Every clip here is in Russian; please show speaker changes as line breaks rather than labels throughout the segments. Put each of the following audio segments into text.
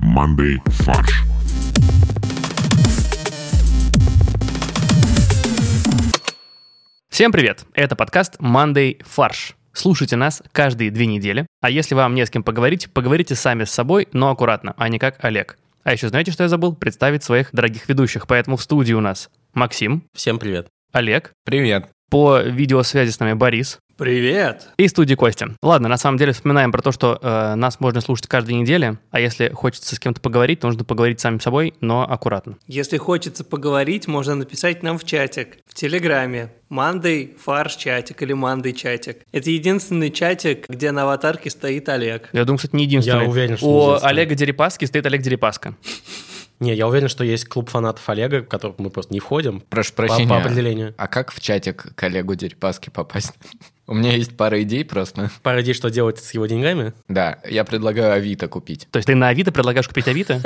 командой «Фарш».
Всем привет! Это подкаст Monday Фарш. Слушайте нас каждые две недели. А если вам не с кем поговорить, поговорите сами с собой, но аккуратно, а не как Олег. А еще знаете, что я забыл? Представить своих дорогих ведущих. Поэтому в студии у нас Максим,
Всем привет.
Олег,
Привет.
по видеосвязи с нами Борис
Привет.
и студии Костя. Ладно, на самом деле вспоминаем про то, что э, нас можно слушать каждую неделю, а если хочется с кем-то поговорить, то нужно поговорить с самим собой, но аккуратно.
Если хочется поговорить, можно написать нам в чатик, в Телеграме. Мандей фарш чатик или Мандей чатик. Это единственный чатик, где на аватарке стоит Олег.
Я думаю, кстати, не единственный.
Я уверен, что не
У
единственный.
Олега Дерипаски стоит Олег Дерипаска.
Не, я уверен, что есть клуб фанатов Олега, в который мы просто не входим.
Прошу
По-
прощения.
По, определению.
А как в чатик коллегу Дерипаски попасть? У меня есть пара идей просто.
Пара идей, что делать с его деньгами.
Да, я предлагаю Авито купить.
То есть ты на Авито предлагаешь купить Авито?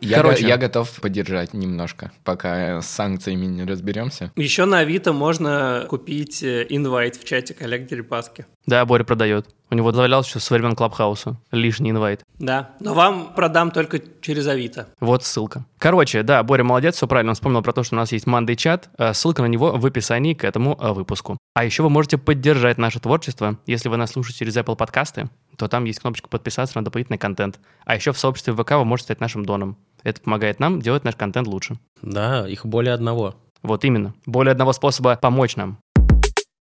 Я,
Короче.
го- я готов поддержать немножко, пока с санкциями не разберемся.
Еще на Авито можно купить э, инвайт в чатик Олег Дерипаски.
Да, Боря продает. У него завалялся еще со времен Клабхауса. Лишний инвайт.
Да, но вам продам только через Авито.
Вот ссылка. Короче, да, Боря молодец, все правильно. Он вспомнил про то, что у нас есть Мандай чат. Э, Ссылка на него в описании к этому э, выпуску. А еще вы можете поддержать наше творчество. Если вы нас слушаете через Apple подкасты, то там есть кнопочка подписаться на дополнительный контент. А еще в сообществе ВК вы можете стать нашим доном. Это помогает нам делать наш контент лучше.
Да, их более одного.
Вот именно. Более одного способа помочь нам.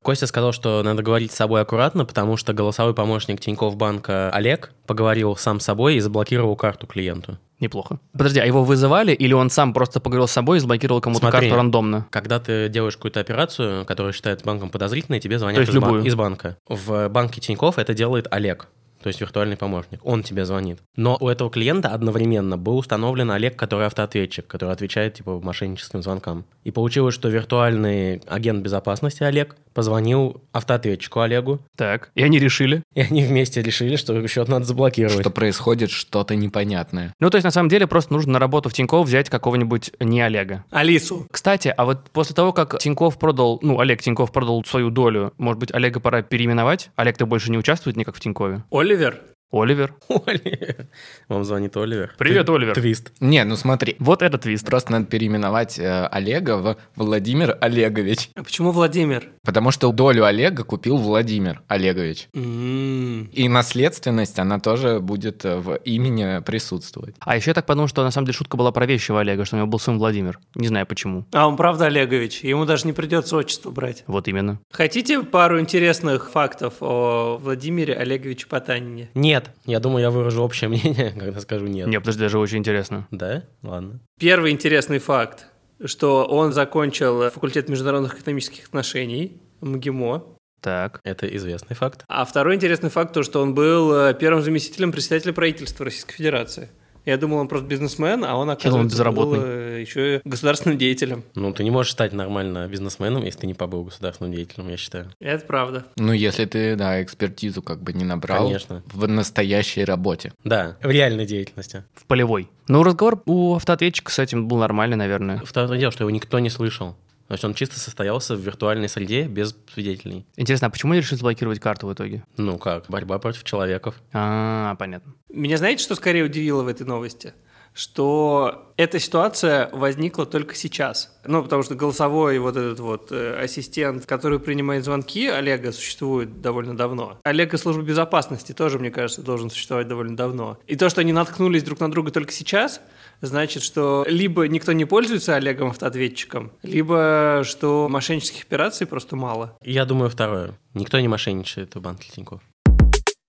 Костя сказал, что надо говорить с собой аккуратно, потому что голосовой помощник Тинькофф банка Олег поговорил сам с собой и заблокировал карту клиенту.
Неплохо. Подожди, а его вызывали или он сам просто поговорил с собой и заблокировал кому-то
Смотри.
карту рандомно?
Когда ты делаешь какую-то операцию, которая считается банком подозрительной, тебе звонят
То есть
из, бан-
любую?
из банка. В банке Тинькофф это делает Олег, то есть виртуальный помощник. Он тебе звонит. Но у этого клиента одновременно был установлен Олег, который автоответчик, который отвечает типа мошенническим звонкам. И получилось, что виртуальный агент безопасности Олег позвонил автоответчику Олегу,
Так. И они решили.
и они вместе решили, что счет надо заблокировать.
Что происходит что-то непонятное.
Ну, то есть, на самом деле, просто нужно на работу в Тинькофф взять какого-нибудь не Олега.
Алису.
Кстати, а вот после того, как Тиньков продал, ну, Олег Тиньков продал свою долю, может быть, Олега пора переименовать? Олег-то больше не участвует никак в Тинькове.
Оливер.
Оливер.
Оливер. Вам звонит Оливер.
Привет,
Тв-
Оливер.
Твист.
Не, ну смотри,
Вот этот твист.
просто надо переименовать э, Олега в Владимир Олегович.
А почему Владимир?
Потому что долю Олега купил Владимир Олегович.
М,
И наследственность, она тоже будет э, в имени присутствовать.
А еще я так подумал, что на самом деле шутка была про вещего Олега, что у него был сын Владимир. Не знаю почему.
А он правда Олегович? Ему даже не придется отчество брать.
Вот именно.
Хотите пару интересных фактов о Владимире Олеговиче Потанине?
Нет. Я думаю, я выражу общее мнение, когда скажу нет.
Не, подожди, даже очень интересно.
Да? Ладно.
Первый интересный факт, что он закончил факультет международных экономических отношений, МГИМО.
Так.
Это известный факт.
А второй интересный факт, то, что он был э, первым заместителем председателя правительства Российской Федерации. Я думал, он просто бизнесмен, а
думал,
он,
он
оказывается,
безработный.
был э, еще и государственным деятелем.
Ну, ты не можешь стать нормально бизнесменом, если ты не побыл государственным деятелем, я считаю.
Это правда.
Ну, если ты, да, экспертизу как бы не набрал
Конечно.
в настоящей работе.
Да, в реальной деятельности.
В полевой. Ну, разговор у автоответчика с этим был нормальный, наверное.
Второе дело, что его никто не слышал. То есть он чисто состоялся в виртуальной среде без свидетелей.
Интересно, а почему я решил заблокировать карту в итоге?
Ну как, борьба против человеков.
А, понятно.
Меня знаете, что скорее удивило в этой новости? Что эта ситуация возникла только сейчас. Ну, потому что голосовой вот этот вот э, ассистент, который принимает звонки Олега, существует довольно давно. Олег из службы безопасности тоже, мне кажется, должен существовать довольно давно. И то, что они наткнулись друг на друга только сейчас, значит, что либо никто не пользуется Олегом автоответчиком, либо что мошеннических операций просто мало.
И Я думаю, второе. Никто не мошенничает в банке Тинькофф.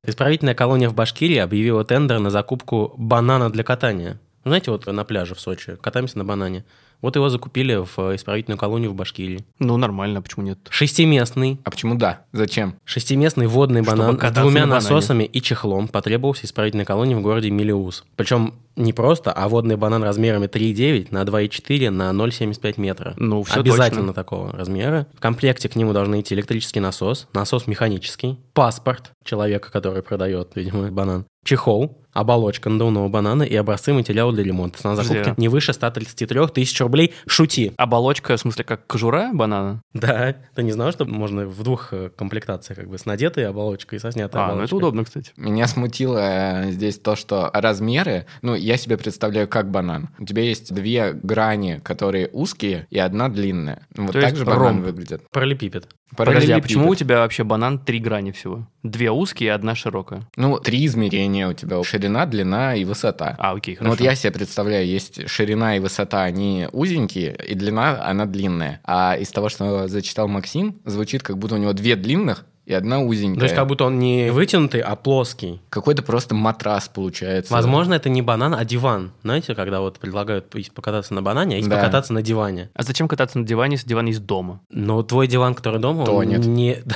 Исправительная колония в Башкирии объявила тендер на закупку банана для катания. Ну, Знаете, вот на пляже в Сочи катаемся на банане. Вот его закупили в э, исправительную колонию в Башкирии.
Ну, нормально, почему нет?
Шестиместный
А почему да? Зачем?
Шестиместный водный
Чтобы
банан с
кататься
двумя
на банане.
насосами и чехлом потребовался исправительной колонии в городе Милиус. Причем не просто, а водный банан размерами 3,9 на 2,4 на 0,75 метра.
Ну, всё
Обязательно
точно.
такого размера. В комплекте к нему должны идти электрический насос, насос механический, паспорт человека, который продает, видимо, банан, чехол, оболочка надувного банана и образцы материала для ремонта. Цена
Друзья.
закупки не выше 133 тысяч рублей, шути.
Оболочка, в смысле, как кожура банана?
Да, ты не знал, что можно в двух э, комплектациях, как бы с надетой оболочкой и со снятой
А, ну это
оболочкой?
удобно, кстати.
Меня смутило э, здесь то, что размеры, ну, я себе представляю как банан. У тебя есть две грани, которые узкие, и одна длинная. Ну, Вот
То
так
есть
же банан
ромб.
выглядит.
Параллелепипед.
Подожди, а
Параллелепипед.
почему у тебя вообще банан три грани всего? Две узкие и одна широкая.
Ну, три измерения у тебя. Ширина, длина и высота.
А, окей,
Ну,
хорошо.
вот я себе представляю, есть ширина и высота, они узенькие, и длина, она длинная. А из того, что зачитал Максим, звучит, как будто у него две длинных и одна узенькая.
То есть как будто он не вытянутый, а плоский.
Какой-то просто матрас получается.
Возможно, это не банан, а диван. Знаете, когда вот предлагают есть покататься на банане, а есть
Да.
покататься на диване.
А зачем кататься на диване, если диван есть дома?
Но твой диван, который дома, он
Тонет.
не...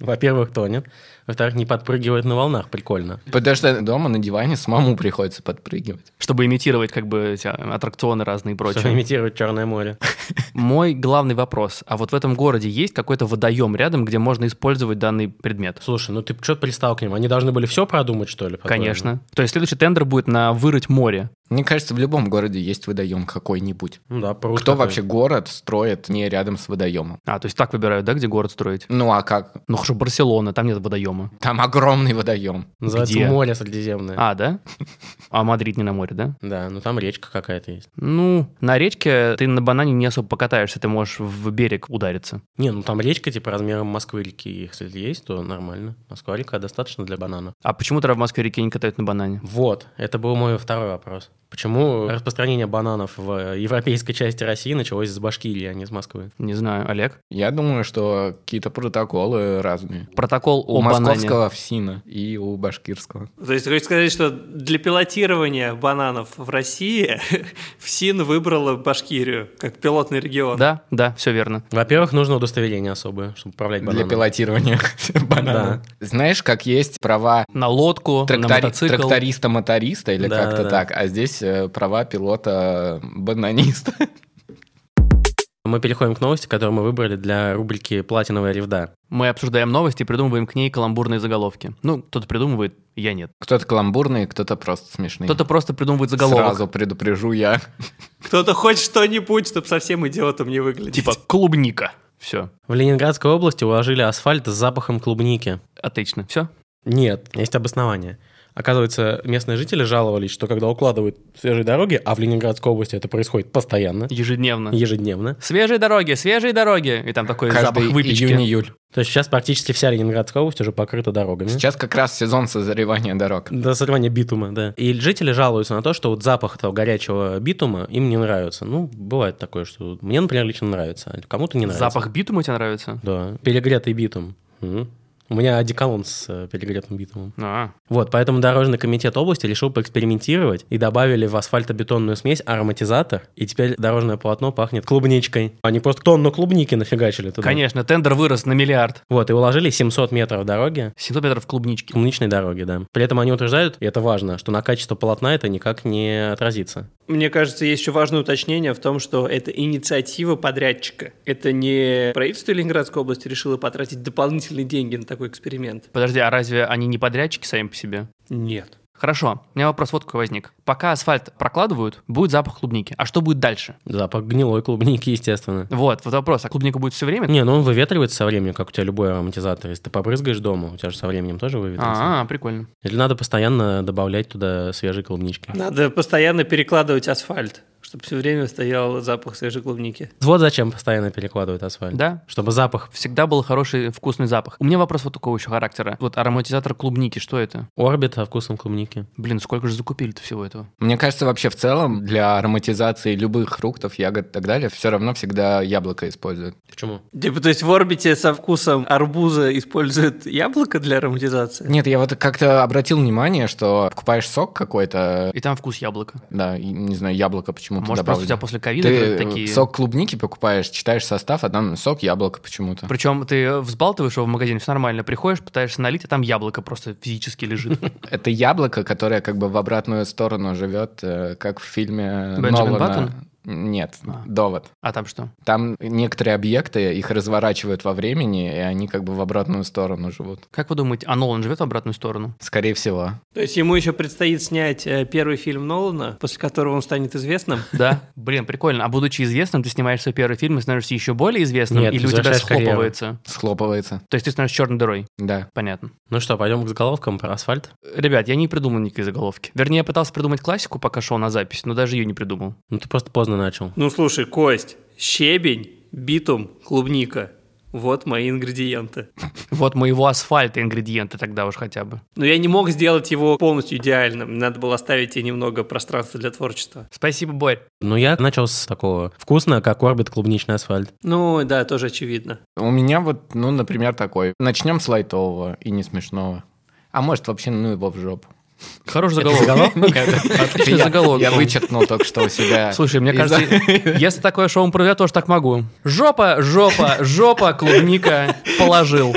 Во-первых, тонет. Во-вторых, не подпрыгивает на волнах. Прикольно.
Потому что дома на диване самому приходится подпрыгивать.
Чтобы имитировать как бы эти а, аттракционы разные и
Что
прочее.
имитирует Черное море.
Мой главный вопрос. А вот в этом городе есть какой-то водоем рядом, где можно использовать данный предмет?
Слушай, ну ты что пристал к ним? Они должны были все продумать, что ли? по-твоему?
Конечно. То есть следующий тендер будет на вырыть море.
Мне кажется, в любом городе есть водоем какой-нибудь.
Ну да, пруд
Кто
какой.
вообще город строит не рядом с водоемом?
А, то есть так выбирают, да, где город строить?
Ну а как?
Ну хорошо, Барселона, там нет водоема.
Там огромный водоем.
Называется
Где?
море Средиземное.
А, да? А Мадрид не на море, да?
Да, ну там речка какая-то есть.
Ну, на речке ты на банане не особо покатаешься, ты можешь в берег удариться.
Не, ну там речка типа размером Москвы реки, если есть, то нормально. Москва река достаточно для банана.
А почему тогда в Москве реке не катают на банане?
Вот, это был мой второй вопрос. Почему распространение бананов в европейской части России началось с Башкирии, а не с Москвы?
Не знаю, Олег.
Я думаю, что какие-то протоколы разные.
Протокол
У
о банане.
московского ФСИНа и у башкирского.
То есть ты хочешь сказать, что для пилотирования бананов в России ФСИН выбрала Башкирию как пилотный регион.
Да, да, все верно.
Во-первых, нужно удостоверение особое, чтобы управлять бананом.
Для пилотирования банана. Типа Знаешь, как есть права
На лодку, на
трактори-
мотоцикл.
тракториста-моториста или
Да,
как-то
да, да.
так, а здесь э, права э, пилота-бананиста.
Мы переходим к новости, которую мы выбрали для рубрики «Платиновая ревда».
Мы обсуждаем новости, придумываем к ней каламбурные заголовки. Ну, кто-то придумывает, я нет.
Кто-то каламбурный, кто-то просто смешный.
Кто-то просто придумывает заголовок.
Сразу предупрежу я.
Кто-то хоть что-нибудь, чтобы совсем идиотом не выглядеть.
Типа клубника. Все,
В Ленинградской области уложили асфальт с запахом клубники.
отлично. Все?
Нет, есть обоснование. Оказывается, местные жители жаловались, что когда укладывают свежие дороги, а в Ленинградской области это происходит постоянно,
Ежедневно.
ежедневно,
Свежие дороги, свежие дороги. И там такой
Каждый
запах выпечки.
июнь-июль.
то есть сейчас практически вся Ленинградская область уже покрыта дорогами.
Сейчас как раз сезон созревания дорог.
До сорвания битума, да. И жители жалуются на то, что вот запах этого горячего битума им не нравится. Ну, бывает такое, что мне, например, лично нравится, а кому-то не нравится.
Запах битума тебе нравится?
Да, перегретый битум. Мгм. У меня одеколон с э, перегретым битумом.
А,
Вот, поэтому Дорожный комитет области решил поэкспериментировать и добавили в асфальтобетонную смесь ароматизатор, и теперь дорожное полотно пахнет клубничкой. Они просто тонну клубники нафигачили туда.
конечно, тендер вырос на миллиард.
Вот, и уложили 700 метров дороги,
700 метров клубнички.
клубничной дороги, да. При этом они утверждают, и это важно, что на качество полотна это никак не отразится.
Мне кажется, есть еще важное уточнение в том, что это инициатива подрядчика. Это не правительство Ленинградской области решило потратить дополнительные деньги на такой эксперимент.
Подожди, а разве они не подрядчики сами по себе?
Нет.
Хорошо, у меня вопрос вот какой возник. Пока асфальт прокладывают, будет запах клубники. А что будет дальше?
Запах гнилой клубники, естественно.
Вот, вот вопрос. А клубника будет все время?
Не, ну он выветривается со временем, как у тебя любой ароматизатор. Если ты побрызгаешь дома, у тебя же со временем тоже выветрится.
А, прикольно.
Или надо постоянно добавлять туда свежие клубнички.
Надо постоянно перекладывать асфальт, чтобы все время стоял запах свежей клубники.
Вот зачем постоянно перекладывают асфальт.
Да?
Чтобы запах.
Всегда был хороший вкусный запах. У меня вопрос вот такого еще характера. Вот ароматизатор клубники, что это?
Орбит со вкусом клубники.
Блин, сколько же закупили-то всего этого?
Мне кажется, вообще в целом для ароматизации любых фруктов, ягод и так далее, все равно всегда яблоко используют.
Почему?
Типа, то есть в орбите со вкусом арбуза используют яблоко для ароматизации?
Нет, я вот как-то обратил внимание, что покупаешь сок какой-то,
И там вкус яблока.
да, и, не знаю, яблоко почему-то
Может, просто
Ну, добавлено.
у тебя после ковида
Ты э,
такие...
сок клубники покупаешь, читаешь состав, а там сок яблоко почему-то.
Причем ты взбалтываешь его в магазине, все нормально, приходишь, пытаешься налить, а там яблоко просто физически лежит.
Это яблоко, которое как бы в обратную сторону живет, э, как в фильме
Бенджамин
Нолана.
Баттон?
Нет,
А.
довод.
А там что?
Там некоторые объекты, их разворачивают во времени, и они как бы в обратную сторону живут.
Как вы думаете, а Нолан живет в обратную сторону?
Скорее всего.
То есть ему еще предстоит снять э, первый фильм Нолана, после которого он станет известным.
Да. Блин, прикольно. А будучи известным, ты снимаешь свой первый фильм и становишься еще более известным,
Нет,
или у тебя
возвращаешь карьеру.
схлопывается.
Схлопывается.
То есть ты становишься черной дырой.
Да.
Понятно.
Ну что, пойдем к заголовкам про асфальт?
Ребят, я не придумал никакой заголовки. Вернее, я пытался придумать классику, пока шел на запись, но даже ее не придумал.
Ну ты просто поздно начал.
Ну слушай, Кость, щебень, битум, клубника. Вот мои ингредиенты.
Вот моего асфальта ингредиенты тогда уж хотя бы.
Но я не мог сделать его полностью идеальным. Надо было оставить тебе немного пространства для творчества.
Спасибо, Борь.
Ну я начал с такого вкусно, как орбит клубничный асфальт.
Ну да, тоже очевидно.
У меня вот, ну, например, такой. Начнем с лайтового и не смешного. А может, вообще, ну, его в жопу.
Хороший заголовок. Отличный
Я-
заголовок.
Я
был.
вычеркнул только что у себя.
Слушай, мне
Из-
кажется, если такое шоу пройдет, я тоже так могу. Жопа, жопа, жопа, клубника положил.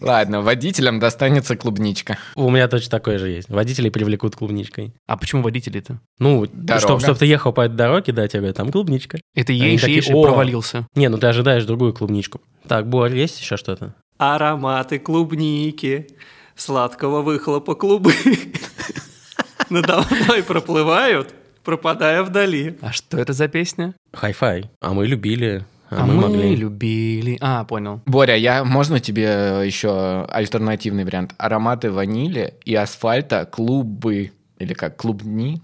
Ладно, водителям достанется клубничка.
У меня точно такое же есть. Водителей привлекут клубничкой.
А почему водители-то?
Ну,
Дорога.
чтобы ты ехал по этой дороге, да, тебе там клубничка.
Это
Они
ешь,
такие,
ешь и
«О».
провалился.
Не, ну ты ожидаешь другую клубничку. Так, Борь, есть еще что-то?
Ароматы клубники, сладкого выхлопа клубы. Надо мной проплывают, пропадая вдали.
А что это за песня?
Хай-фай. А мы любили, а, мы, могли.
любили. А, понял.
Боря, я можно тебе еще альтернативный вариант? Ароматы ванили и асфальта клубы. Или как, клубни?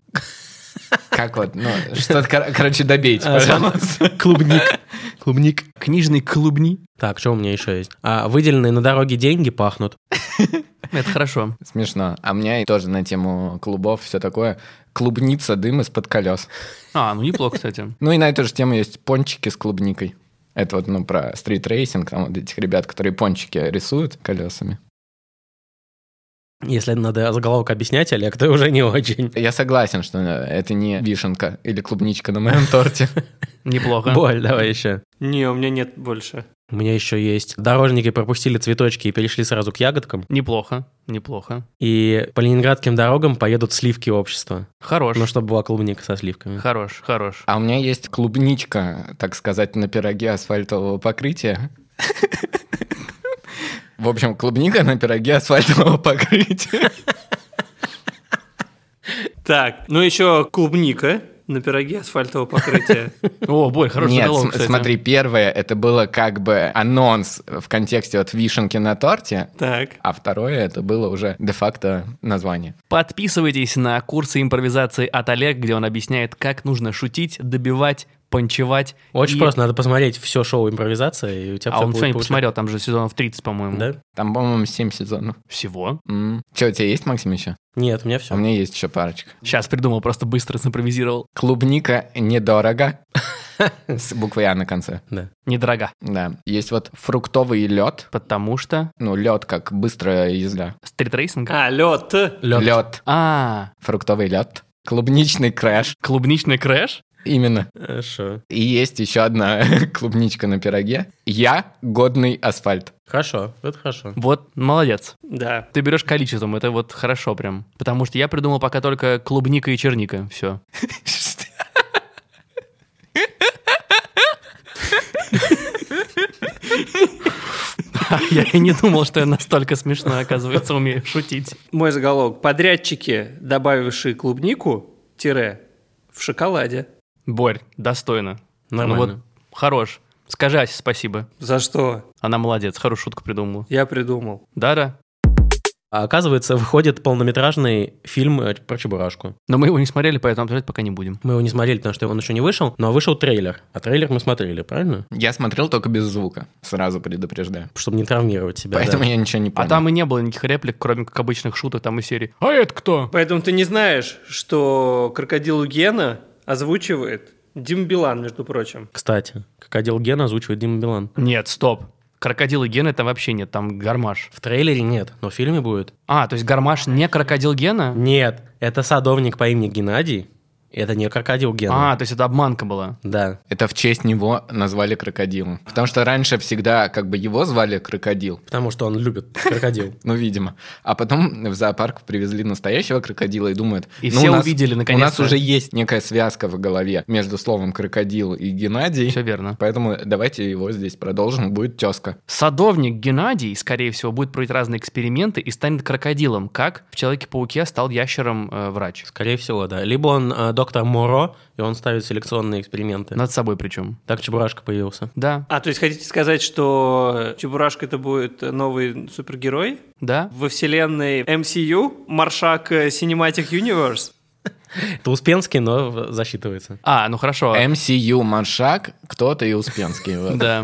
Как вот, ну, что-то, кор- короче, добейте, пожалуйста.
Клубник. Клубник.
Книжный клубни.
Так, что у меня еще есть? А, выделенные на дороге деньги пахнут.
Это хорошо.
Смешно. А у меня и тоже на тему клубов все такое. Клубница, дым из-под колес.
А, ну неплохо, кстати.
Ну и на эту же тему есть пончики с клубникой. Это вот, ну, про стрит-рейсинг, там вот этих ребят, которые пончики рисуют колесами.
Если надо заголовок объяснять, Олег, ты уже не очень.
Я согласен, что э, это не вишенка или клубничка на моем торте.
Неплохо.
Боль, давай еще.
Не, у меня нет больше.
У меня еще есть. Дорожники пропустили цветочки и перешли сразу к ягодкам.
Неплохо, неплохо.
И по ленинградским дорогам поедут сливки общества.
Хорош,
Ну, чтобы была клубника со сливками.
хорош, хорош.
А у меня есть клубничка, так сказать, на пироге асфальтового покрытия. В общем, клубника на пироге асфальтового покрытия.
Так, ну еще клубника на пироге асфальтового покрытия.
О, Борь, хороший
Нет,
заголовок,
см-
кстати.
смотри, первое, это было как бы анонс в контексте вот вишенки на торте,
Так.
а второе, это было уже де-факто название.
Подписывайтесь на курсы импровизации от Олег, где он объясняет, как нужно шутить, добивать, пончевать.
Очень
и-
просто, надо посмотреть все шоу импровизации, и у тебя
А
всё
он
будет
все не
получаться.
посмотрел, там же сезонов 30, по-моему.
Да?
Там, по-моему, 7 сезонов.
Всего.
Че, у тебя есть, Максим, еще?
Нет, у меня
У
все.
меня есть еще парочка.
Сейчас придумал, просто быстро симпровизировал.
Клубника недорого. С буквой А на конце.
Да.
Недорого.
Да. Есть вот фруктовый лед.
Потому что
Ну, лед как быстрая езда.
стритрейсинг.
А, лед.
Лед.
А,
Фруктовый лед. Клубничный крэш.
клубничный
клубничный
крэш?
Именно.
Хорошо.
И есть еще одна клубничка на пироге. Я годный асфальт.
Хорошо, это хорошо.
Вот, молодец.
Да.
Ты берешь количеством, это вот хорошо прям. Потому что я придумал пока только клубника и черника. Все. Я и не думал, что я настолько смешно, оказывается, умею шутить.
Мой заголовок. Подрядчики, добавившие клубнику, тире, в шоколаде.
Борь, достойно.
Нормально.
Ну вот, хорош. Скажи Асе спасибо.
За что?
Она молодец, хорошую шутку придумала.
Я придумал.
Да-да.
А оказывается, выходит полнометражный фильм э, про Чебурашку.
Но мы его не смотрели, поэтому обсуждать пока не будем.
Мы его не смотрели, потому что он еще не вышел, но вышел трейлер. А трейлер мы смотрели, правильно?
Я смотрел только без звука. Сразу предупреждаю.
Чтобы не травмировать себя. да.
Поэтому я ничего не понял.
А там и не было никаких реплик, кроме как обычных шуток там из серии «А это кто?»
Поэтому ты не знаешь, что крокодилу Гена озвучивает Дим Билан, между прочим.
Кстати, «Крокодил Ген» озвучивает Дима Билан.
Нет, стоп. Крокодилы Гена там вообще нет, там гармаш.
В трейлере нет, но в фильме будет.
А, то есть гармаш не крокодил Гена?
Нет, это садовник по имени Геннадий Это не крокодил Гена.
А, то есть это обманка была.
Да.
Это в честь него назвали крокодилом. Потому что раньше всегда как бы его звали крокодил.
Потому что он любит крокодил.
Ну, видимо. А потом в зоопарк привезли настоящего крокодила и думают...
И
ну,
все
у нас-
увидели,
У нас
наконец-то.
уже есть некая связка в голове между словом крокодил и Геннадий.
Все верно.
Поэтому давайте его здесь продолжим. Будет тезка.
Садовник Геннадий, скорее всего, будет проводить разные эксперименты и станет крокодилом, как в Человеке-пауке стал ящером э, врач.
Скорее всего, да. Либо он э, доктор Моро, и он ставит селекционные эксперименты.
Над собой причем.
Так Чебурашка появился.
Да,
А, то есть хотите сказать, что Чебурашка это будет новый супергерой
да.
во вселенной MCU, Маршак э, Cinematic Universe?
Это Успенский, но в- засчитывается.
А, ну хорошо.
МСЮ Маршак, кто-то и Успенский. вот.
Да.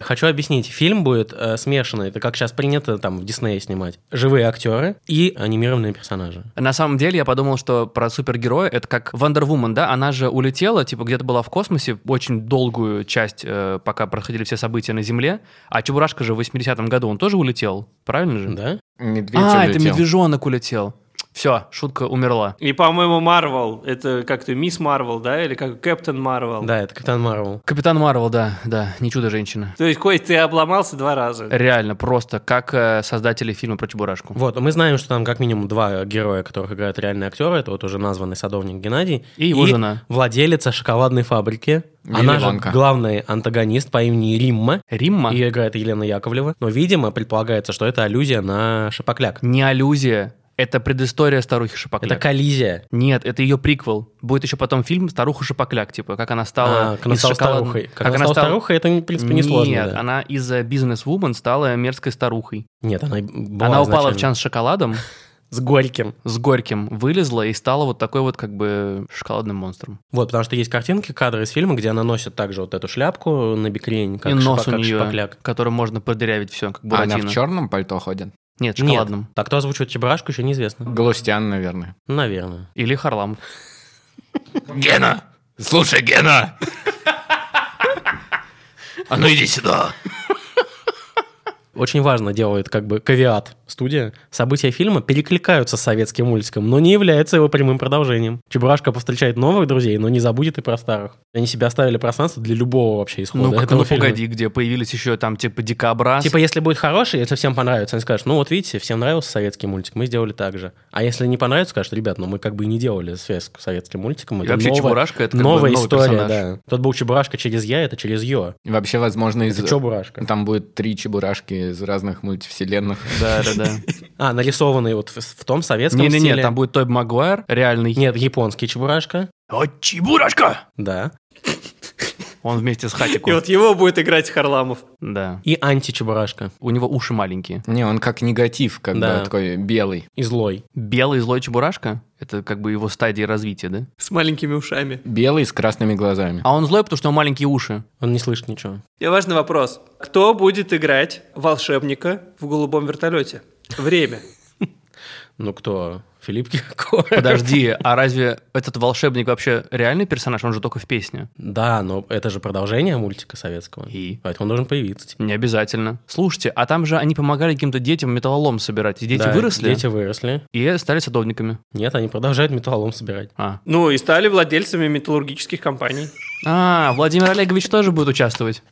Хочу объяснить. Фильм будет э, смешанный. Это как сейчас принято там в Диснее снимать. Живые актеры и анимированные персонажи.
На самом деле я подумал, что про супергероя это как Wonder Woman, да? Она же улетела, типа где-то была в космосе очень долгую часть, э, пока проходили все события на Земле. А Чебурашка же в 80-м году, он тоже улетел, правильно же?
Да?
Медведь
А, это
улетел.
медвежонок улетел. Все, шутка умерла.
И, по-моему, Марвел, это как-то Мисс Марвел, да, или как Кэптон Марвел?
Да, это Капитан Марвел.
Капитан Марвел, да, да, не чудо-женщина.
То есть, Кость, ты обломался два раза.
Реально, просто как э, создатели фильма про Чебурашку.
Вот, мы знаем, что там как минимум два героя, которых играют реальные актеры. Это вот уже названный садовник Геннадий.
И его жена.
владелица шоколадной фабрики.
Вилли
Она же
Вонка.
главный антагонист по имени Римма.
Римма?
Ее играет Елена Яковлева. Но, видимо, предполагается, что это аллюзия на Шапокляк.
Не аллюзия, это предыстория старухи Шапокляк.
Это коллизия.
Нет, это ее приквел. Будет еще потом фильм «Старуха Шапокляк», типа, как она стала...
А, как она
из
стала
шоколад-
старухой. Как, она стала старухой, это, в принципе, несложно.
Нет,
да.
она из э, бизнес-вумен стала мерзкой старухой.
Нет, она и была
она упала
изначально.
в чан с шоколадом,
С горьким.
с горьким, вылезла и стала вот такой вот как бы шоколадным монстром.
Вот, потому что есть картинки, кадры из фильма, где она носит также вот эту шляпку на бикрень, как,
и
шипа-
нос у
как
нее,
шипокляк.
которым можно продырявить все, как
А
Буратино.
она в черном пальто ходит?
Нет,
Нет.
шоколадным.
А кто озвучивает Чебурашку, еще неизвестно.
Галустян, наверное.
Наверное.
Или Харламов.
Гена! Слушай, Гена! А ну иди сюда!
Очень важно делает как бы кавиат студия. События фильма перекликаются с советским мультиком, но не являются его прямым продолжением. Чебурашка повстречает новых друзей, но не забудет и про старых. Они себе оставили пространство для любого вообще исхода
ну, как,
этого
ну
фильма.
погоди, где появились еще там типа дикобраз.
Типа, если будет хороший, если всем понравится, они скажут, ну вот видите, всем нравился советский мультик, мы сделали так же. А если не понравится, скажут, ребят, ну мы как бы и не делали связку с советским мультиком.
И
Это
вообще
новая-
Чебурашка это как бы
новая
новый
история,
персонаж.
да. Тот был Чебурашка через Я, это через Йо.
И вообще, возможно, из...
Это Чебурашка.
Там будет три чебурашки из разных мультивселенных.
Да, да, да.
А, нарисованный вот в, в том советском
Не-не-не,
стиле.
там будет Той Магуайр, реальный.
Нет, японский Чебурашка.
О, Чебурашка!
Да.
Он вместе с
И
Хатиком.
вот его будет играть Харламов.
Да.
И анти-Чебурашка.
У него уши маленькие.
Не, он как негатив, как
Да.
бы такой белый.
И злой.
Белый злой Чебурашка — это как бы его стадии развития, да?
С маленькими ушами.
Белый с красными глазами.
А он злой, потому что у него маленькие уши.
Он не слышит ничего.
И важный вопрос. Кто будет играть волшебника в голубом вертолете? Время.
Ну кто? Филипп Киркоров.
Подожди, а разве этот волшебник вообще реальный персонаж? Он же только в песне.
Да, но это же продолжение мультика советского.
И?
Поэтому он должен появиться. типа.
Не обязательно. Слушайте, а там же они помогали каким-то детям металлолом собирать. И дети
Да,
выросли
Дети выросли.
и стали садовниками.
Нет, они продолжают металлом собирать.
А.
Ну и стали владельцами металлургических компаний.
а, Владимир Олегович тоже будет участвовать.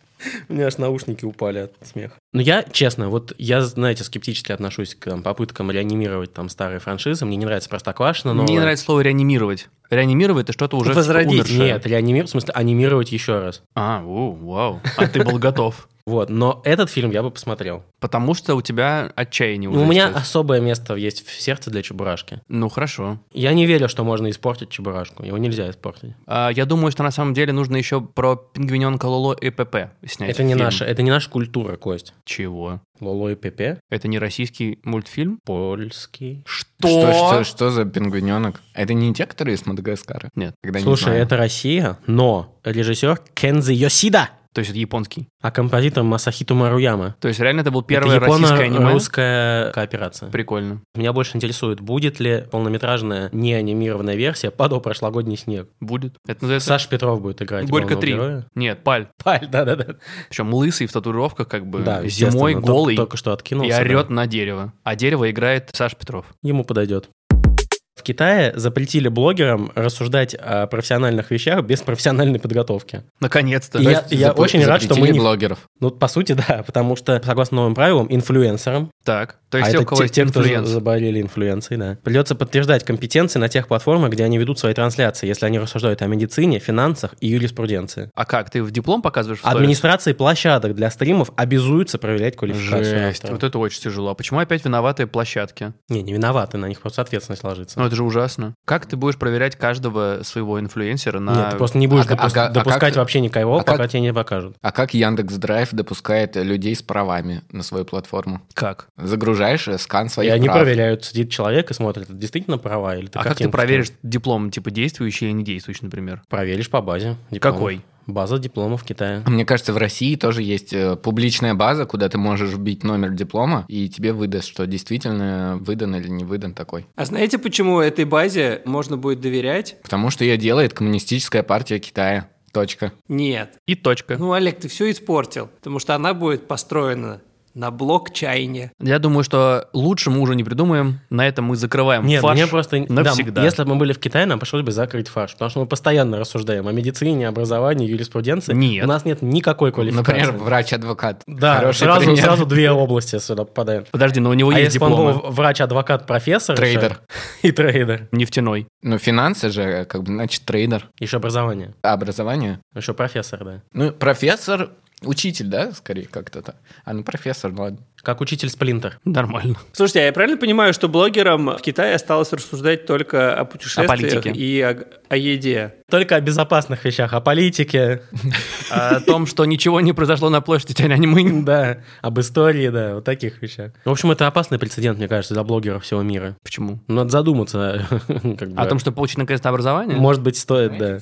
У меня аж наушники упали от смеха. Но Ну, я, честно, вот я, знаете, скептически отношусь к там, попыткам реанимировать там старые франшизы. Мне не нравится Простоквашино, но...
Мне нравится слово реанимировать. Реанимировать это что-то уже типа,
Возродить.
умершее.
Нет, реанимировать, в смысле, анимировать еще раз.
А, у, вау. А ты был готов.
Вот, но этот фильм я бы посмотрел.
Потому что у тебя отчаяние уже.
Ну, у меня
сейчас.
особое место есть в сердце для Чебурашки.
Ну хорошо.
Я не верю, что можно испортить Чебурашку. Его нельзя испортить.
А, я думаю, что на самом деле нужно еще про пингвиненка Лоло и ПП снять.
это не
фильм.
наша, это не наша культура, Кость.
Чего?
Лоло и Пепе,
Это не российский мультфильм?
польский.
Что, что, что за пингвиненок? Это не те, которые из Мадагаскара?
Нет.
Когда не
Слушай,
знаю.
это Россия, но режиссер Кензи Йосида,
То есть это японский.
а композитор Масахиту Маруяма.
То есть реально это был первое
Это японо-
российское аниме?
русская кооперация.
Прикольно.
Меня больше интересует, будет ли полнометражная неанимированная версия «Падал прошлогодний снег».
Будет. Это называется
Саша Петров будет играть.
Горько
главного
3.
героя.
Нет, паль.
Паль, да-да-да.
Причем лысый в татуировках, как бы
Да,
зимой,
естественно,
голый
Только, только что откинулся.
и
да.
орет на дерево. А дерево играет Саш Петров.
Ему подойдет. В Китае запретили блогерам рассуждать о профессиональных вещах без профессиональной подготовки.
Наконец-то.
И
То
я-
есть-
я
Запре-
очень рад, что мы
запретили
не-
блогеров.
Ну, по сути, да, потому что, согласно новым правилам, инфлюенсерам,
Так. То
а
есть те,
это
у кого
те-
есть
те, кто за-
инфлюенс.
заболели инфлюенцией, да, придется подтверждать компетенции на тех платформах, где они ведут свои трансляции, если они рассуждают о медицине, финансах и юриспруденции.
А как, ты в диплом показываешь в сторис?
Администрации площадок для стримов обязуются проверять квалификацию.
Жесть,
автора.
вот это очень тяжело. А почему опять виноватые площадки?
Не, не виноваты, на них просто ответственность ложится.
Ну это же ужасно. Как ты будешь проверять каждого своего инфлюенсера Ну, на...
Нет, ты просто не будешь
А ка-
допус-
а ка- а как
допускать
ты-
вообще никого,
а
пока
как-
тебе не покажут.
А как Яндекс Драйв допускает людей с правами на свою платформу?
Как?
Загружаешь э, скан своих
и они
прав.
проверяют, сидит человек и смотрит, это действительно права или ты
а как ты
картинку
проверишь
скинул?
диплом, типа, действующий или не действующий, например?
Проверишь по базе. дипломов.
Какой?
База дипломов Китая.
Мне кажется, в России тоже есть э, публичная база, куда ты можешь вбить номер диплома, и тебе выдаст, что действительно выдан или не выдан такой.
А знаете, почему этой базе можно будет доверять?
Потому что ее делает Коммунистическая партия Китая. Точка.
Нет.
И точка.
Ну, Олег, ты все испортил, потому что она будет построена на блокчайне.
Я думаю, что лучше мы уже не придумаем. На этом мы закрываем
Нет,
фарш
мне просто... да,
навсегда.
если бы мы были в Китае, нам пришлось бы закрыть фарш, потому что мы постоянно рассуждаем о медицине, образовании, юриспруденции.
Нет.
У нас нет никакой квалификации.
Например, врач-адвокат.
да,
Хороший
сразу,
пример.
сразу две области сюда попадают.
Подожди, но у него
А
есть
если бы он
диплом
был врач-адвокат-профессор... еще-
Трейдер.
И трейдер.
нефтяной.
Ну, финансы же, как бы, значит, трейдер.
Еще образование.
А образование?
Еще профессор, да.
Ну, профессор, учитель, да, скорее как-то так. А, ну, профессор, ну ладно.
Как учитель-сплинтер.
Нормально.
Слушайте, а я правильно понимаю, что блогерам в Китае осталось рассуждать только о путешествиях
политике.
и о, о еде?
Только о безопасных вещах, о политике,
А О том, что ничего не произошло на площади Тяньаньмэнь.
да, об истории, да, вот таких вещах. В общем, это опасный прецедент, мне кажется, для блогеров всего мира.
Почему?
Надо задуматься. как бы.
О том, что получить наконец-то образование?
Может быть, стоит, да.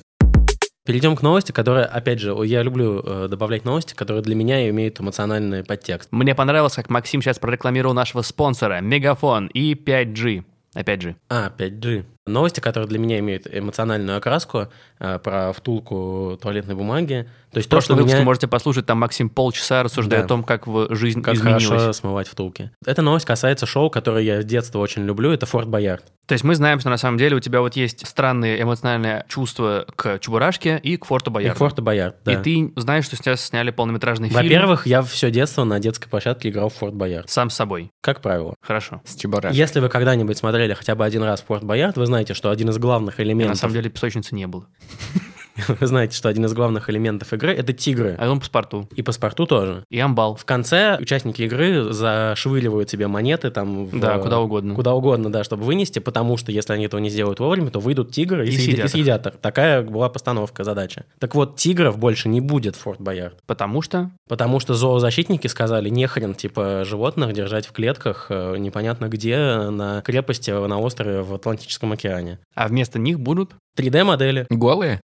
Перейдем к новости, которая, опять же, я люблю э, добавлять новости, которые для меня имеют эмоциональный подтекст.
Мне понравилось, как Максим сейчас прорекламировал нашего спонсора Мегафон и 5G. Опять же.
А, 5G. Новости, которые для меня имеют эмоциональную окраску э, про втулку туалетной бумаги. То есть
В
то, что
прошлом выпуске
меня...
можете послушать, там Максим полчаса рассуждает
Да.
о том, как в- жизнь
Как
изменилась.
хорошо смывать втулки. Эта новость касается шоу, которое я с детства очень люблю. Это «Форт Боярд».
То есть мы знаем, что на самом деле у тебя вот есть странные эмоциональные чувства к Чебурашке и к Форту
И
Боярду.
«Форт Боярд», да.
И ты знаешь, что сейчас сняли полнометражный фильм.
Во-первых, я все детство на детской площадке играл в Форт Боярд,
Сам с собой.
как правило.
Хорошо.
С Чебурашкой.
Если вы когда-нибудь смотрели хотя бы один раз Форт Боярд, вы знаете, что один из главных
На
элементов,
самом деле песочницы не было.
вы знаете, что один из главных элементов игры это тигры.
А потом паспорту.
И паспорту тоже.
И амбал.
В конце участники игры зашвыливают себе монеты там в-
Да, куда угодно.
Куда угодно, да, чтобы вынести, потому что если они этого не сделают вовремя, то выйдут тигры и,
И
съедят,
съедят их.
и съедят их. Такая была постановка задачи. Так вот, тигров больше не будет в Форт Боярд.
Потому что...
Потому что зоозащитники сказали, нехрен, типа, животных держать в клетках э, непонятно где, на крепости, на острове в Атлантическом океане.
А вместо них будут...
3D-модели.
Голые?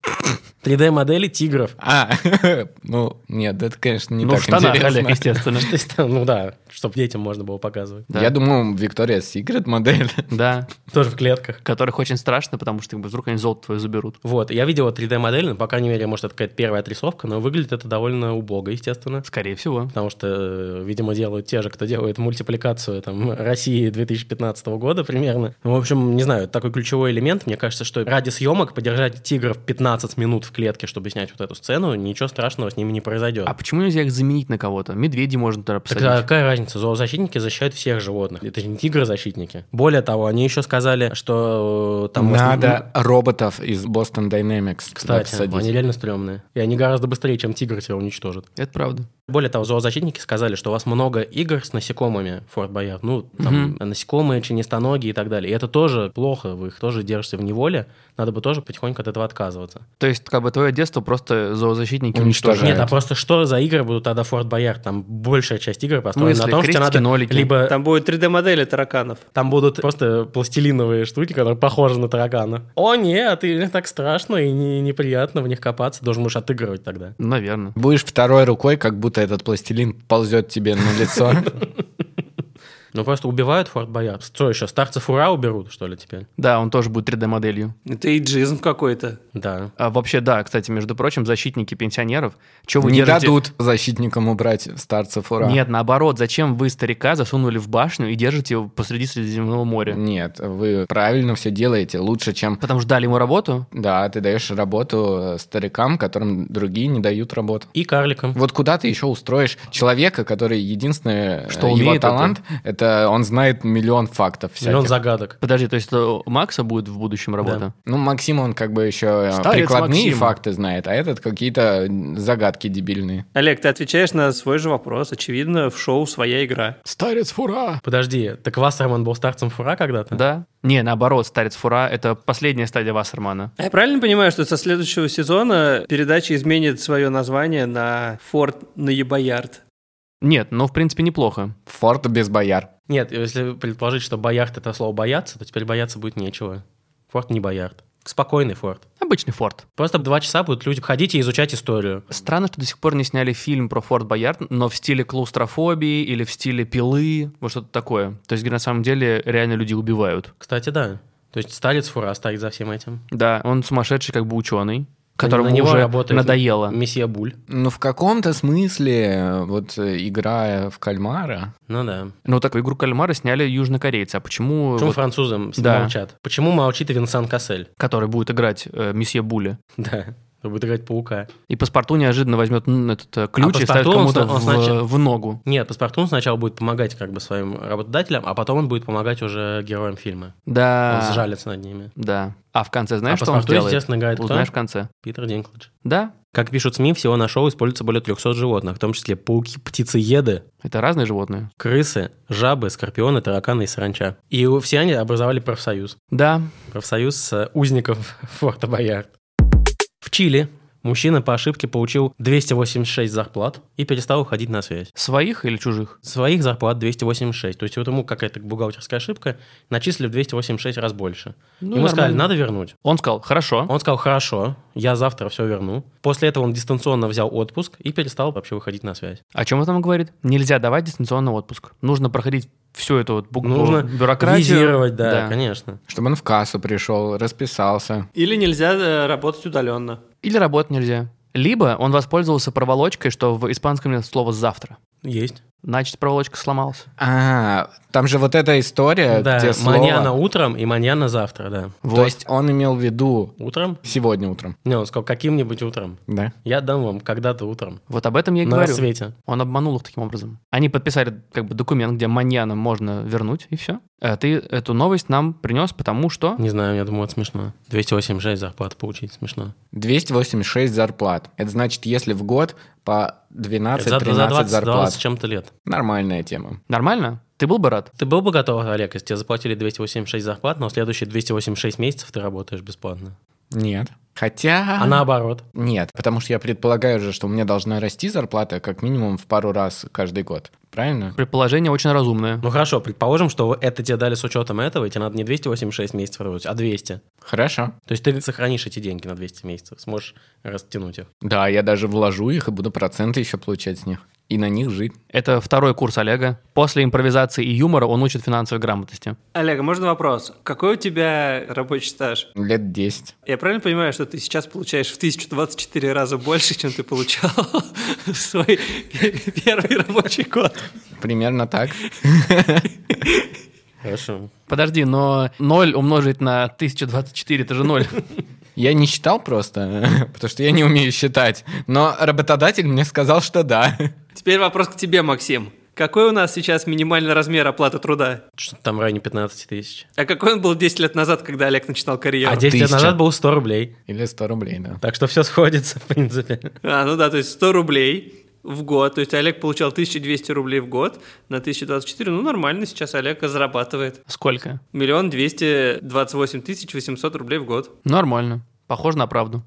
3D-модели тигров.
А, ну, нет, это, конечно, не
ну, в
так
штанах,
интересно.
Олег, естественно.
То есть, ну да, чтобы детям можно было показывать.
Да.
Я думал, Виктория Секрет модель.
Да,
Тоже в клетках.
которых очень страшно, потому что как бы, вдруг они золото твое заберут.
Вот, я видел 3D-модель, ну, по крайней мере, может, это какая-то первая отрисовка, но выглядит это довольно убого, естественно.
Скорее всего.
Потому что, э, видимо, делают те же, кто делает мультипликацию там, России 2015 года примерно. В общем, не знаю, такой ключевой элемент. Мне кажется, что ради съемок подержать тигров 15 минут в клетке, чтобы снять вот эту сцену, ничего страшного с ними не произойдет.
А почему нельзя их заменить на кого-то? Медведей можно туда
Так
посадить.
а какая разница? Зоозащитники защищают всех животных. Это же не тигры-защитники. Более того, они еще сказали, что э, там... в основном-
Надо роботов из Boston Dynamics. туда
Кстати,
посадить.
они реально стрёмные. И они гораздо быстрее, чем тигр тебя уничтожит.
Это правда.
Более того, зоозащитники сказали, что у вас много игр с насекомыми в Форт Боярд. Ну, там насекомые, членистоногие и так далее. И это тоже плохо, вы их тоже держите в неволе. Надо бы тоже потихоньку от этого отказываться.
То есть, как бы твое детство просто зоозащитники
Уничтожают.
уничтожают.
Нет, а просто что за игры будут тогда в Форт Боярд? Там большая часть игр построена
если
на том, что тебе
крестики,
надо
нолики.
либо... Там...
Там будет 3D-модели тараканов.
будут просто пластилиновые штуки, которые похожи на таракана. О, нет, и так страшно и не- неприятно в них копаться. Должен будешь отыгрывать тогда.
Наверное.
Будешь второй рукой, как будто этот пластилин ползет тебе на лицо.
Ну, просто убивают Форт Боярд. Что еще, старцев ура уберут, что ли, теперь?
Да, он тоже будет 3D-моделью.
Это иджизм какой-то.
Да.
А вообще, да, кстати, между прочим, защитники пенсионеров, что вы
Не
держите-
дадут защитникам убрать старцев ура.
Нет, наоборот, зачем вы старика засунули в башню и держите его посреди Средиземного моря?
Нет, вы правильно все делаете, лучше, чем...
Потому что дали ему работу?
Да, ты даешь работу э, старикам, которым другие не дают работу.
И карликам.
Вот куда ты еще устроишь человека, который единственное,
Что
что его
умеет это?
талант, это он знает миллион фактов всяких.
Миллион загадок.
Подожди, то есть это у Макса будет в будущем работа?
Ну, Максим, он как бы еще э,
Старец
прикладные
Максим.
факты знает, а этот какие-то загадки дебильные.
Олег, ты отвечаешь на свой же вопрос. Очевидно, в шоу своя игра.
Старец Фура!
Подожди, так Вассерман был старцем фура когда-то?
Да? Не, наоборот, Старец Фура — это последняя стадия Вассермана.
А я правильно понимаю, что со следующего сезона передача изменит свое название на Форт Наебоярд?
Нет, ну, в принципе, неплохо.
Форт без бояр.
Нет, если предположить, что Боярд это слово бояться, то теперь бояться будет нечего. Форт не Боярд. Спокойный форт.
Обычный форт.
Просто два часа будут люди ходить и изучать историю.
Странно, что до сих пор не сняли фильм про Форт Боярд, но в стиле клаустрофобии или в стиле пилы, вот что-то такое. То есть, где на самом деле реально люди убивают.
Кстати, да. То есть старец фура стоит за всем этим.
Да, он сумасшедший как бы ученый, которому
на него
уже
работает
надоело.
Месье Буль.
Ну, в каком-то смысле, э, вот э, игра в кальмара,
Ну да.
Ну, так игру кальмара сняли южнокорейцы. А почему,
Почему
вот,
французам с ним
Да.
молчат? Почему молчит Винсан Кассель?
который будет играть э, месье Були?
Да. Он Будет играть паука.
И паспорту неожиданно возьмет м, этот э, ключ и ставит
А Паспорту он
кому-то
сна- он
в,
сначала-
в ногу.
Нет, паспортун сначала будет помогать как бы своим работодателям, а потом он будет помогать уже героям фильма.
Да.
Он сжалится над ними.
Да. А в конце знаешь,
а
что он
Паспорту,
сделает?
естественно, играет кто?
Узнаешь в конце.
Питер Динклэдж.
Да,
Как пишут СМИ, всего на шоу используется более 300 животных, в том числе пауки, птицееды,
это разные животные.
крысы, жабы, скорпионы, тараканы и саранча. И у- все они образовали профсоюз.
Да,
Профсоюз э, узников Форта Боярд. В Чили мужчина по ошибке получил 286 зарплат и перестал уходить на связь.
своих или чужих?
Своих зарплат 286. То есть вот ему какая-то бухгалтерская ошибка, начислили в 286 раз больше.
Ну,
ему сказали,
нормально.
надо вернуть.
Он сказал, хорошо.
Он сказал, хорошо, я завтра все верну. После этого он дистанционно взял отпуск и перестал вообще выходить на связь.
О чем он там говорит? Нельзя давать дистанционный отпуск. Нужно проходить всю эту вот бу-
Нужно
Ну, бюрократию.
Визировать, да, конечно.
чтобы он в кассу пришел, расписался.
Или нельзя э, работать удаленно?
Или работать нельзя. Либо он воспользовался проволочкой, что в испанском нет слова «завтра».
Есть.
Значит, проволочка сломалась.
А, там же вот эта история,
да,
Э, где слово...
маньяна утром и маньяна завтра, да.
То есть он имел в виду
Утром?
сегодня утром,
Не, он сказал, каким-нибудь утром.
да?
Я дам вам когда-то утром.
Вот об этом я и
на
говорю.
рассвете.
Он обманул их таким образом. Они подписали как бы документ, где маньяна можно вернуть, и все. Ты эту новость нам принес, потому что...
Не знаю, я думаю, это смешно. 286 зарплат получить смешно.
286 зарплат. Это значит, если в год по
Это за,
12-13
за 20,
зарплат.
20 с чем-то лет.
Нормальная тема.
Нормально? Ты был бы рад?
Ты был бы готов, Олег, если тебе заплатили 286 зарплат, но следующие 286 месяцев ты работаешь бесплатно.
Нет. Хотя...
А наоборот.
Нет, потому что я предполагаю же, что у меня должна расти зарплата как минимум в пару раз каждый год. Правильно?
Предположение очень разумное.
Ну хорошо, предположим, что это тебе дали с учетом этого, и тебе надо не 286 месяцев работать, а 200.
Хорошо.
То есть ты сохранишь эти деньги на 200 месяцев, сможешь растянуть их.
Да, я даже вложу их и буду проценты еще получать с них. И на них жить.
Это второй курс Олега. После импровизации и юмора он учит финансовой грамотности.
Олег, а можно вопрос? Какой у тебя рабочий стаж?
Лет 10.
Я правильно понимаю, что ты сейчас получаешь в 1024 раза больше, чем ты получал в свой первый рабочий год?
Примерно так.
Хорошо.
Подожди, но 0 умножить на 1024 это же 0.
Я не считал просто, потому что я не умею считать. Но работодатель мне сказал, что да.
Теперь вопрос к тебе, Максим. Какой у нас сейчас минимальный размер оплаты труда?
Что-то там в районе 15 тысяч.
А какой он был 10 лет назад, когда Олег начинал карьеру?
А 10 лет
тысяча.
назад было 100 рублей.
Или 100 рублей, да.
Так что все сходится, в принципе.
А, ну да, то есть 100 рублей в год. То есть Олег получал 1200 рублей в год на 1024. Ну, нормально сейчас Олег зарабатывает.
Сколько?
Миллион двести двадцать восемь тысяч восемьсот рублей в год.
Нормально. Похоже на правду.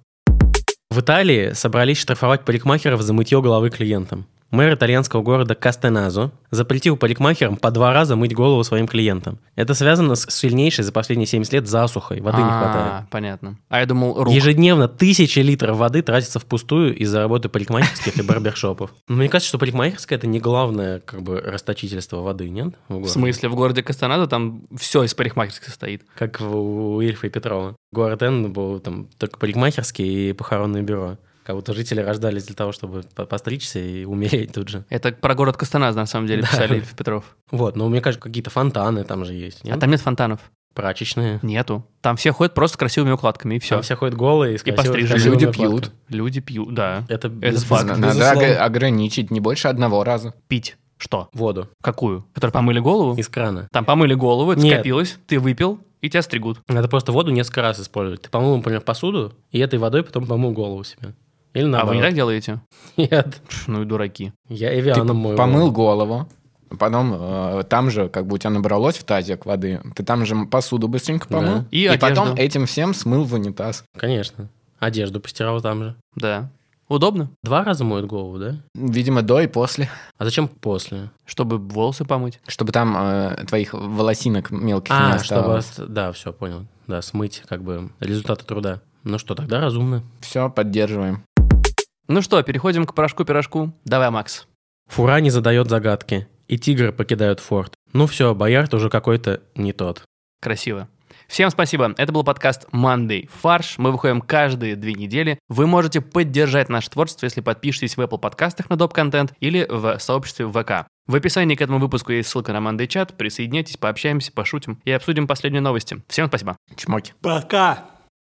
В Италии собрались штрафовать парикмахеров за мытье головы клиентам. Мэр итальянского города Кастеназо запретил парикмахерам по два раза мыть голову своим клиентам. Это связано с сильнейшей за последние 70 лет засухой. Воды не
А,
хватает.
Понятно. А я думал, рук.
Ежедневно тысячи литров воды тратится впустую из-за работы парикмахерских и барбершопов. Но Мне кажется, что парикмахерская это не главное как бы расточительство воды, нет? в
В
городе?
смысле, в городе Кастанада там все из парикмахерской состоит.
Как у у Ильфа и Петрова. Город Н был там только парикмахерские и похоронное бюро. Как будто жители рождались для того, чтобы по- постричься и умереть тут же.
Это про город Кастаназа, на самом деле,
Да.
писали Ильф и Петров.
Вот, но мне кажется, какие-то фонтаны там же есть. Нет?
А там нет фонтанов.
Прачечные.
Нету. Там все ходят просто с красивыми укладками, и все.
Там А все ходят голые. с
И
красивой-
пострижены.
красивой
Люди
накладкой.
пьют.
Люди пьют, да.
Это, без-
факт.
без-
Надо
безусловно.
ог- ограничить не больше одного раза.
Пить. Что?
Воду
Какую? Которые помыли голову?
из крана.
Там помыли голову, это
Нет.
скопилось, ты выпил, и тебя стригут.
Надо просто воду несколько раз использовать. Ты помыл, например, посуду, и этой водой потом помыл голову себе.
А
Или
вы не
наоборот.
так делаете?
Нет.
Пф, ну и дураки.
Я Эвианом мою.
Помыл
голову.
голову. Потом э, там же, как бы у тебя набралось в тазик воды, ты там же посуду быстренько
Да.
помыл.
И
и потом
одежду.
этим всем смыл в унитаз.
Конечно. Одежду постирал там же.
Да. Удобно,
Два раза моют голову, да?
Видимо, до и после.
А зачем после?
чтобы волосы помыть.
Чтобы там э, твоих волосинок мелких не
А, чтобы...
осталось.
Да, все, понял. Да, смыть как бы результаты труда. Ну что, тогда разумно.
Все, поддерживаем.
Ну что, переходим к порошку-пирожку. Давай, Макс.
Фура не задает загадки, и тигры покидают форт. Ну все, Боярд уже какой-то не тот.
Красиво. Всем спасибо. Это был подкаст Monday Фарш. Мы выходим каждые две недели. Вы можете поддержать наше творчество, если подпишетесь в Apple подкастах на Доп. Контент или в сообществе ВК. В описании к этому выпуску есть ссылка на Monday чат. Присоединяйтесь, пообщаемся, пошутим и обсудим последние новости. Всем спасибо.
Чмоки.
Пока!